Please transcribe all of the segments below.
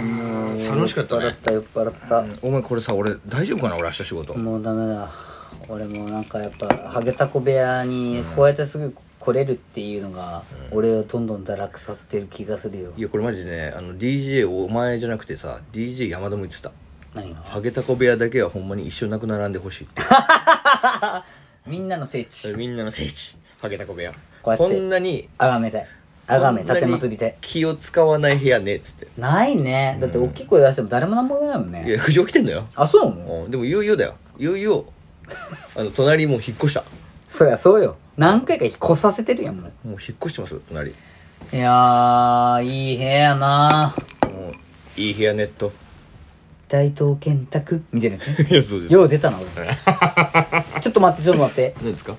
もう楽しかったね酔っ払った酔っ払っお前これさ俺大丈夫かな俺明日仕事たもうダメだ俺もなんかやっぱハゲタコ部屋にこうやってすぐ来れるっていうのが俺をどんどん堕落させてる気がするよいやこれマジでねあの DJ お前じゃなくてさ DJ 山田も言ってた何がハゲタコ部屋だけはほんまに一緒なく並んでほしいってみんなの聖地みんなの聖地ハゲタコ部屋こうやってこんなにあがめたいあがめこんな立にてますりたい気を使わない部屋ねっつってないねだって大きい声出しても誰も何も言わないもんいねや苦情来てんだよあそうもうんでもいよいよだよいよいよあの隣もう引っ越したそりゃそうよ何回か引っ越させてるやんもうもう引っ越してます隣いやーいい部屋やなもういい部屋ネッ ト大東建託みたいなや ついやそうですよう出たな俺ちょっと待ってちょっと待って何ですか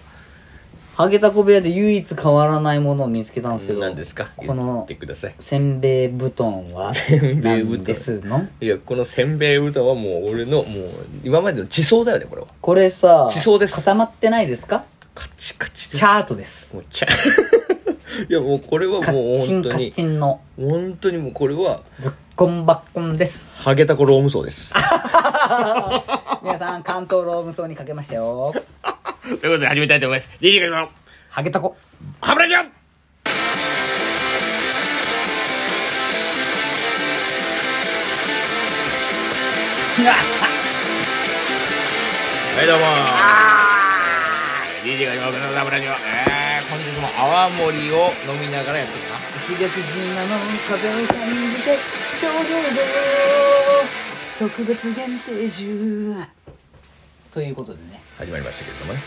ハゲタコ部屋で唯一変わらないものを見つけたんですけど何ですかこ言っのてくださいせんべい布団はせんべい布団何ですのいやこのせんべい歌はもう俺のもう今までの地層だよねこれはこれさ地層です固まってないですかカチカチでチャートですもうチャ いやもうこれはカもうッチン本当カッにチンの本当にもうこれはズッコンバッコンですハゲタコローム層です皆さん関東ローム層にかけましたよということで始めたいと思います DJ がのハゲタコハブラジオはいどうも DJ が今のハブラジオえー、本日も泡盛を飲みながらやっていきます石垣島の風を感じて少量で特別限定中ということでね始まりましたけれどもね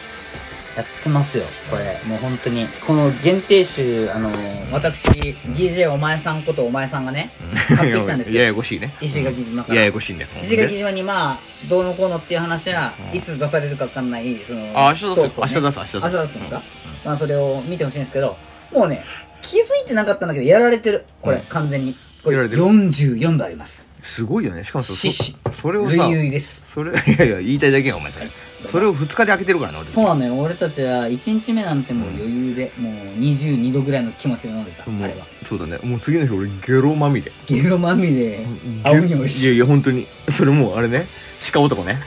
やってますよこれもう本当にこの限定酒あの私 DJ お前さんことお前さんがね買ってきたんですやよやこ しいね石垣島かやらやこしいんだよ石垣島にまあどうのこうのっていう話はいつ出されるか分かんないそのあ明日出すよトークをね明日出す明日出す明日出すのかまあそれを見てほしいんですけどもうね気づいてなかったんだけどやられてるこれ完全にこれやられてる44度ありますすごいよねしかもそ獅子そそれを類さ々ですそれ いやいや言いたいだけやお前それそれを2日で開けてるからな俺そうなのよ俺たちは1日目なんてもう余裕でもう22度ぐらいの気持ちで飲んでたあもうれはそうだねもう次の日俺ゲロまみれゲロまみれ青にゲ美味いやしいいや本当にそれもうあれね鹿男ね意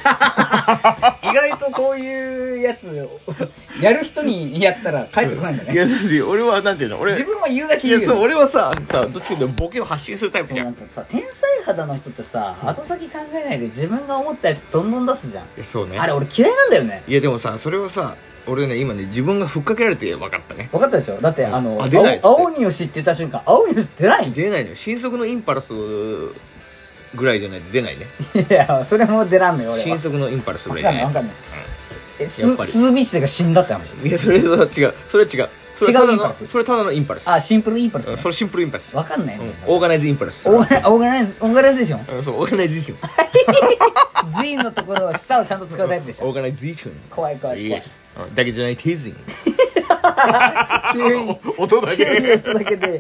外とこういうやつをやる人にやったら帰ってこないんだ いねやそうそう俺はなんていうの俺自分は言うだけい言やうそうよ俺はささどっちかというとボケを発信するタイプそうじゃんなんかさ天才肌の人ってさ後先考えないで自分が思ったやつどんどん出すじゃんいやそうねあれ俺嫌いなんだよねいやでもさそれをさ俺ね今ね自分がふっかけられて分かったね分かったでしょだってあのあ出ないっつって青青にを知ってた瞬間青にを知ってないんで出ないのよ新速のインパルスぐらいじゃないと出ないねいやそれも出らんのよ俺は新速のインパルスぐら分いかんない分じゃないかんないえつやっぱり鈴ビッセが死んだって話いやそれは違うそれは違うそれはただ違うインパのルスそれはただのインパルスあシンプルインパルス、ねうん、それシンプルインパルスわかんないうんのよ、オーガナイズインパルスオーガオーガナイズオーガナイゼーションうんそうオーガナイズイションズインのところを舌をちゃんと使うタイプで しオょーガナイズイション怖い怖い怖い Yes うんだけじゃないテーズイン急に音だ急に人だけで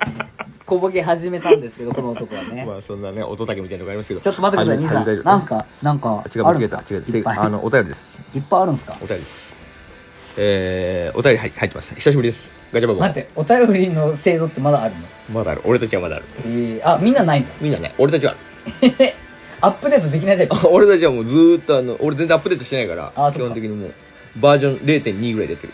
小ボケ始めたんですけどこの男はね、 まあそんなね音だけみたいなのがありますけどちょっと待ってください兄さははんはなんすかなんか違うある間ん違でえすたか違いう違っうぱいあのお便りですいっぱいあるんですかお便りですえー、お便り入入ってます久しぶりですガチャバ待ゴってお便りの制度ってまだあるのまだある俺たちはまだあるえー、あみんなないんだ みんなね俺たちはある アップデートできないタイプ あ俺たちはもうずーっとあの俺全然アップデートしてないからあそっか基本的にもうバージョン0.2ぐらい出てる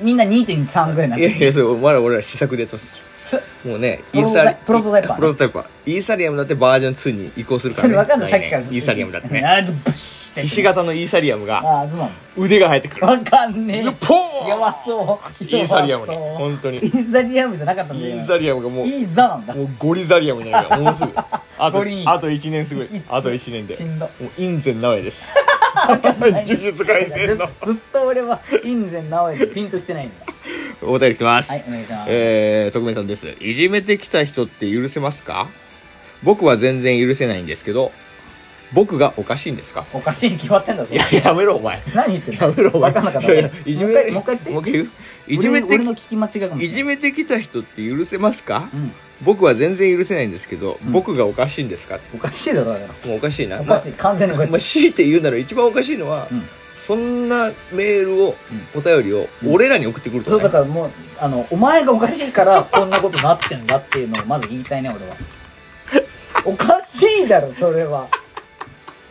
みんな2.3ぐらいにないってやるいやそれまだ俺ら試作でやってますすもうねプロトタイプロトタイパープロトタイパーイーサリアムだってバージョン2に移行 するから、それわかんないさっ来き年からイーサリアムだってねあブシッてひし形のイーサリアムがあーどうなの腕が生えてくるわかんねえ。ポーン弱 そう。イーサリアムね弱そう本当にイーサリアムじゃなかったイんだよ。ーサリアムがもうイーザなんだ。もうゴリザリアムになるからもうすぐあとゴリンあと1年すごいあと1年でしんど。もう印前直江です呪術廻戦のずずっと俺は、印前直江でピンときてないんだ。お便り来ます、はいお願いしますえー、徳明さんですいじめてきた人って許せますか僕は全然許せないんですけど僕がおかしいんですかおかしいに決まってんだぞい。ややめろお前何言ってんのやめろお前わかんなかった。いやいもやうい一じめ回、もう一回言もっうて。一回言ういじめ俺俺のて聞き間違いかもしいれない。じめてきた人って許せますか、うん。僕は全然許せないんですけど、僕がおかしいんですかおかしいだろ、あれはもうおかしいなおかしい。完全におまあまかあしい。強いて言うなら一番おかしいのは、うんそんなメールを、お便りを俺らに送ってくるとそかうね、だからもう、あ の、お前がおかしいからこんなことなってんだっていうのをまず言いたいね、俺は。おかしいだろそれは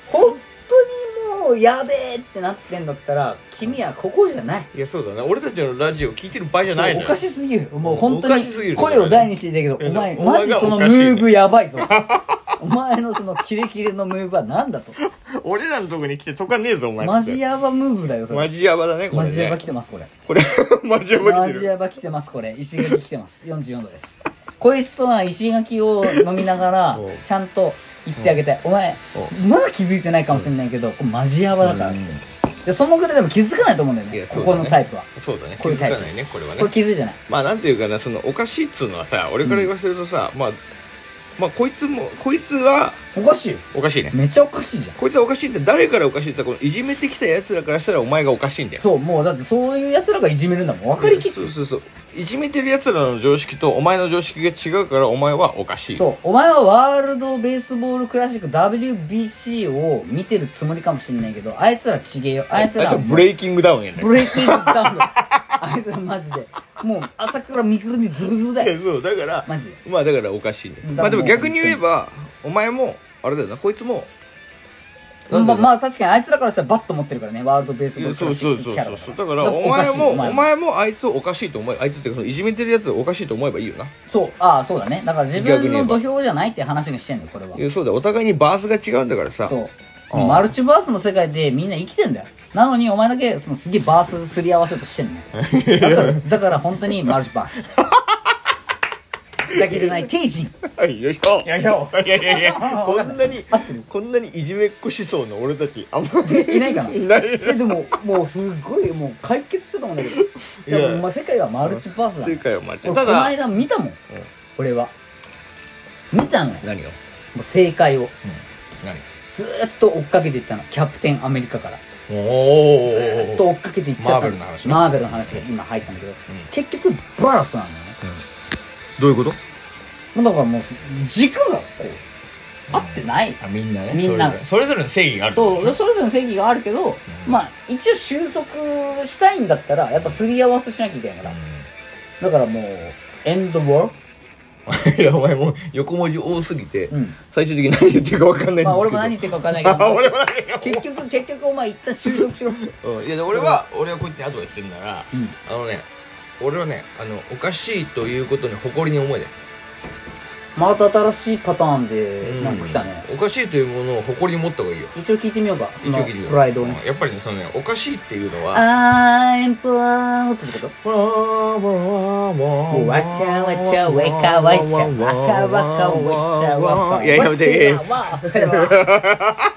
本当にもうやべえってなってんだったら君はここじゃないいやそうだね俺たちのラジオ聞いてる場合じゃないのおよかしすぎるもう本当おかにしすぎる声を大にして言いたいけどお前いやお前マジそのおムかしいねーブやばいぞお前のそのキレキレのムーブは何だと俺らのとこに来てとかねえぞお前マジヤバムーブだよそマれジヤバだねこれマねジヤバ来てますこれこれ マジヤバマ来てジるヤバ来てますこれ石垣来てます44度ですこいつとは石垣を飲みながらうんちゃんと言ってあげたいお前まだ気づいてないかもしれないけどこれマジヤバだからってでそのぐらいでも気づかないと思うんだよいねやこそうだこねのタイプはそうだねこういうタイプ気づかないねこれはねこれ気づいてないまあなんていうかなそのおかしいっつうのはさ俺から言わせるとさ、まあまあこいつもこいつはおかしいよおかしいねめっちゃおかしいじゃんこいつはおかしいんだ誰からおかしいって言ったらこのいじめてきたやつらからしたらお前がおかしいんだよそうもうだってそういう奴らがいじめるんだもん分かりきっそうそうそういじめてるやつらの常識とお前の常識が違うからお前はおかしいそうお前はワールドベースボールクラシック WBC を見てるつもりかもしれないけどあいつらちげえよあいつらははもうブレイキングダウンやねブレイキングダウンだ あいつらマジでもう朝から見くるみズブズブだよいやそうだからマジでまあだからおかしいねうんまあでも逆に言えばお前もあれだよなこいつもまなあんだろうまあ確かにあいつらからしたらバット持ってるからねワールドベースいボーやルクそうラシそッうクそうキャラだそうかだらからおかし前いもお前もあいつをおかしいと思えあいつっていうかそのいじめてるやつをおかしいと思えばいいよなそうああそうだねだから自逆に分言えのば土俵じゃないって話にしてんだよこれはいやそうだよお互いにバースが違うんだからさそうあーマルチバースの世界でみんな生きてんだよなのにお前だけそのすげえバースすり合わせようとしてん ねだからだから本当にマルチバースだけじゃないテイジン はいよいしょよいしょ いやいやいや こんなに合ってるこんなにいじめっ子思想の俺たちあんまえりいないかないないえでももうすごいもう解決してたもんだけどいでやも、まあ、世界はマルチバースだ世界を間違俺えこたのだ間見たもん、俺は見たのよ何をもう正解を何ずーっと追っかけていったのキャプテンアメリカからずーっおとお追っかけていっちゃったマーベルの話ねマーベルの話が今入ったんだけど、結局バランスなんだよねどういうこともうだからもう軸がこう合ってない、あみんなねみんなそれぞれの正義があるそうでそれぞれの正義があるけど、まあ一応収束したいんだったらやっぱすり合わせしなきゃいけないから、だからもうエンドボール いやお前もう横文字多すぎて、うん最終的に何言ってるか分かんないんですけどまあ俺も何言ってるか分かんない け あど俺も何よ結局結局お前一旦就職し ろうんいやで俺は俺はこうやってアドバイスするなら、うんあのね俺はねあのおかしいということに誇りに思えだよまた新しいパターンでなんか来たね、うんおかしいというものを誇りに持った方がいいよ一応聞いてみようかそ一の応聞いてみようプライドをねうんやっぱりねそのねおかしいっていうのはあーエンプラウトってことわわちゃわちゃわかわちゃわかわかわちゃわかいややめてわちゃわせわ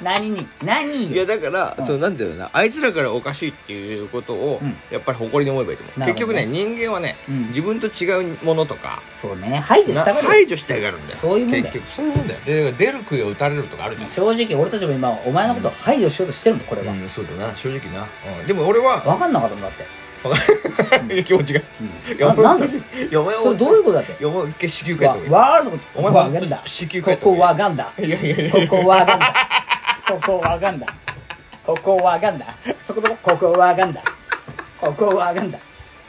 何に何いよやだから、うんそのなんだろうなあいつらからおかしいっていうことを、うんやっぱり誇りに思えばいいと思うなる結ほど局ねね人間はね、うん自分と違うものとかそうね排除なしたがる排除したがるんだよそういうもんだよ結局そういうもんだよでだから出る杭を打たれるとかあるじゃん正直俺たちも今お前のことを排除しようとしてるもんこれは、うん、そうだな正直な、うん、でも俺は分かんなかったもんだって、 気持ちがいうんやななんだ本当にいやお前はそれどういうことだっていやお前決死球会わとかわールドこお前こははガンダ地球こ回答こはガンダいやいやいやここはガンダここはガンダここはガンダそこどこここはガンダここはガンダ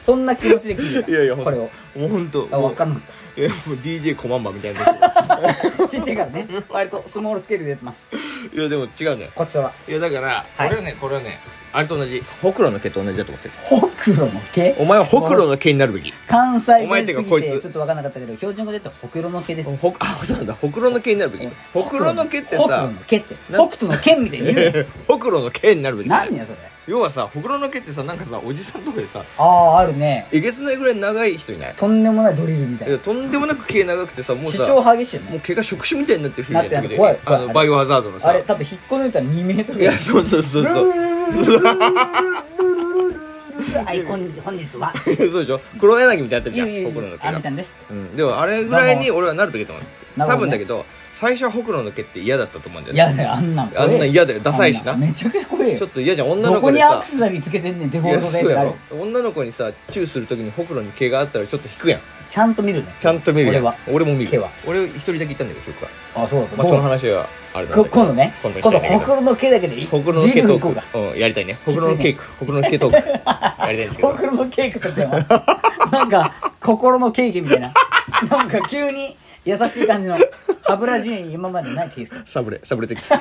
そんな気持ちで聞いてたいやいやこれをもう本当あ分かんなかったいやもう DJ コマンバみたいな ちっちゃいからね割とスモールスケールでやってますいやでも違うんだよこちらはいやだから、はい俺はねこれはねあれと同じほくろの毛と同じだと思ってるほくろの毛お前はほくろの毛になるべき関西お弁前ってすかぎこいてつちょっと分かんなかったけど標準語で言うとほくろの毛ですほくあそうなんだほくろの毛になるべきほくろの毛ってほくろさの毛ってな北斗の剣みたいに言 うなほくろの毛になるべき何やそれ要はさほくろの毛ってさなんかさおじさんとかでさあああるねえげつないぐらい長い人いないとんでもないドリルみたいいやなとんでもなく毛長くてさもう主さ張激しいよもうね毛が触手みたいになってる人いるじゃんなってなって時々怖い怖いああのれバイオハザードのさあれ多分引っこ抜いたら2メートルいぐらいやそうそうそうそう はい こん本日はそうでしょ黒柳みたいになってるじゃいやいんやいやほくろの毛あみちゃがんですうんでもあれぐらいに俺はなるべきだと思うなる多ほど分ねだけど最初はほくろの毛って嫌だったと思うんだよね嫌だよあんなん怖あえんなん嫌だよダサいしなあんんめちゃくちゃ怖えよちょっと嫌じゃん女どのこ子でにアさクセサリーつけてんねんデフいォやルトでそうやあるろ女の子にさチューするときにほくろに毛があったらちょっと引くやんちゃんと見るねちゃんと見るやん俺は俺も見る毛は俺一人だけ行ったんだけどそこはあそうだまあその話はあれなんこだけど今度ね今度今度したいんだほけくどろの毛だけでいいほくろの毛ジムト行こうーかク、うん、やりたいねほくろの毛ークほくろの毛トー クやりたいんですけほどくろのケーキとってもなんか心のケーキみたいななんか急に優しい感じの歯ブラシ今までないテイストサブレサブレ 的サ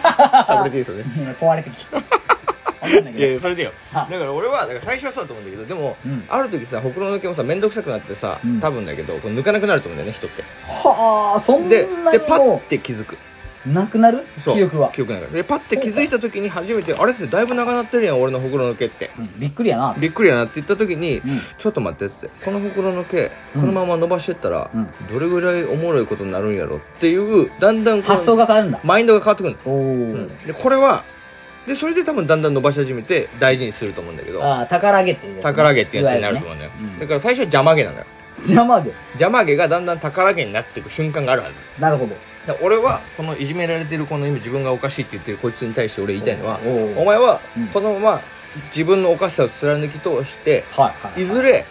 ブレ的ですよねいや壊れてきたわかんないいやいけやそれでよだはから俺はだから最初はそうだと思うんだけどでも、うんある時さほくろの毛もさ面倒くさくなってさ、うん多分だけどこれ抜かなくなると思うんだよね人ってどはあそんでなでにパッもて気づくうなくなるそう記憶は記憶ながらでパッて気づいた時に初めてあれっつってだいぶ長なってるやん俺のほくろの毛ってうんびっくりやなびっくりやなって言った時に、んちょっと待ってっつってこのほくろの毛このまま伸ばしてったら、うんどれぐらいおもろいことになるんやろっていうだんだんこの発想が変わるんだマインドが変わってくるのおおうんでこれはでそれで多分だんだん伸ばし始めて大事にすると思うんだけどああ宝揚げっていうやつね宝毛ってやつになると思うんだよ、いわゆるねうんだから最初は邪魔毛なんだよ邪魔で邪魔毛がだんだん宝毛になっていく瞬間があるはずなるほどだから俺はこのいじめられてるこの今自分がおかしいって言ってるこいつに対して俺言いたいのはおうお前はうんこのまま自分のおかしさを貫き通してはいはいいずれ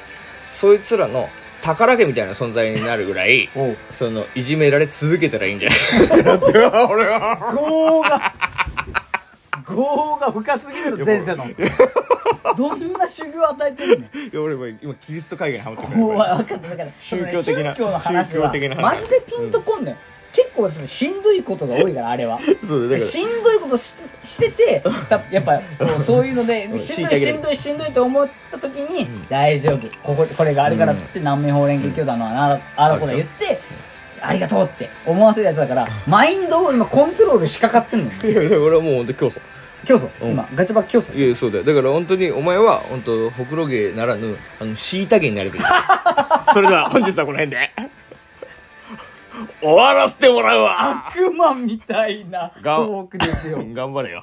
そいつらの宝毛みたいな存在になるぐらいおうそのいじめられ続けたらいいんじゃないかなって俺は 業が業が深すぎるの前世のどんな修行与えてるねいや俺も今キリスト会議にハマってくもう分かっただから宗教的な宗教の話宗教は的な話マジでピンとこんのよ、結構そのしんどいことが多いからあれはそうだだからしんどいことししててたやっぱこうそういうのでうんしんど虐いげしるんどいしんどいと思った時に、大丈夫こここれがあるからっつって南明法連携教団のあらあらこだ言って、ありがとうって思わせるやつだからマインドを今コントロールしかかってんの よいやだから俺はもう本当競争競争、うん今ガチバック競争してるいやそうだよだから本当にお前は本当ほくろ毛ならぬあのしいた毛になるべきです それでは本日はこの辺で終わらせてもらうわ悪魔みたいながトークですよ頑張れよ